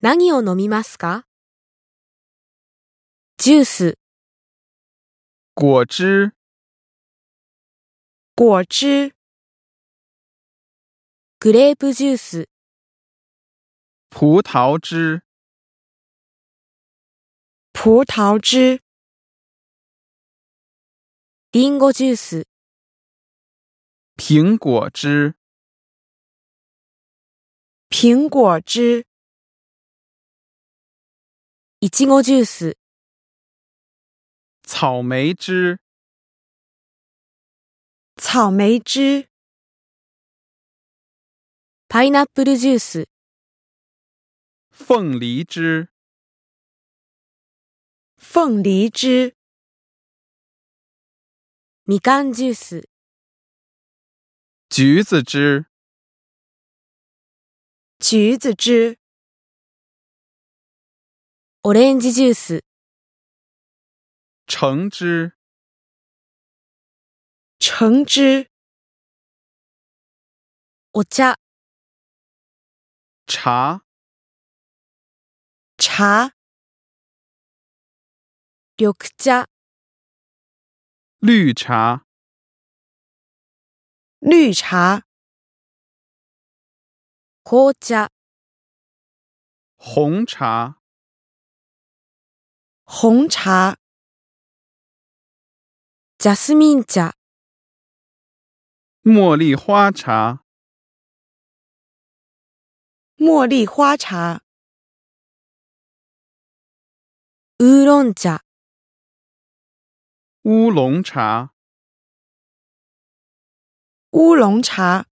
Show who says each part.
Speaker 1: 何を飲みますかジュース、
Speaker 2: 果汁、
Speaker 1: 果汁。グレープジュース、
Speaker 2: 葡萄汁、
Speaker 1: 葡萄汁。リンゴジュース、
Speaker 2: 苹果汁、
Speaker 1: 苹果汁。いちごジュース、
Speaker 2: 草莓汁、
Speaker 1: 草莓汁。パイナップルジュース、
Speaker 2: 凤梨汁、
Speaker 1: 凤梨汁。みかんジュース、
Speaker 2: 橘子汁、
Speaker 1: 橘子汁。オレンジジュース、
Speaker 2: 橙汁、
Speaker 1: 橙汁。お茶、
Speaker 2: 茶、
Speaker 1: 茶。緑茶、
Speaker 2: 绿茶、
Speaker 1: 绿茶。紅茶、
Speaker 2: 红茶、
Speaker 1: 紅茶。ジャスミン茶、
Speaker 2: 茉莉花茶、
Speaker 1: 茉莉花茶。ウーロン茶、
Speaker 2: 乌龙茶。
Speaker 1: 乌龙茶。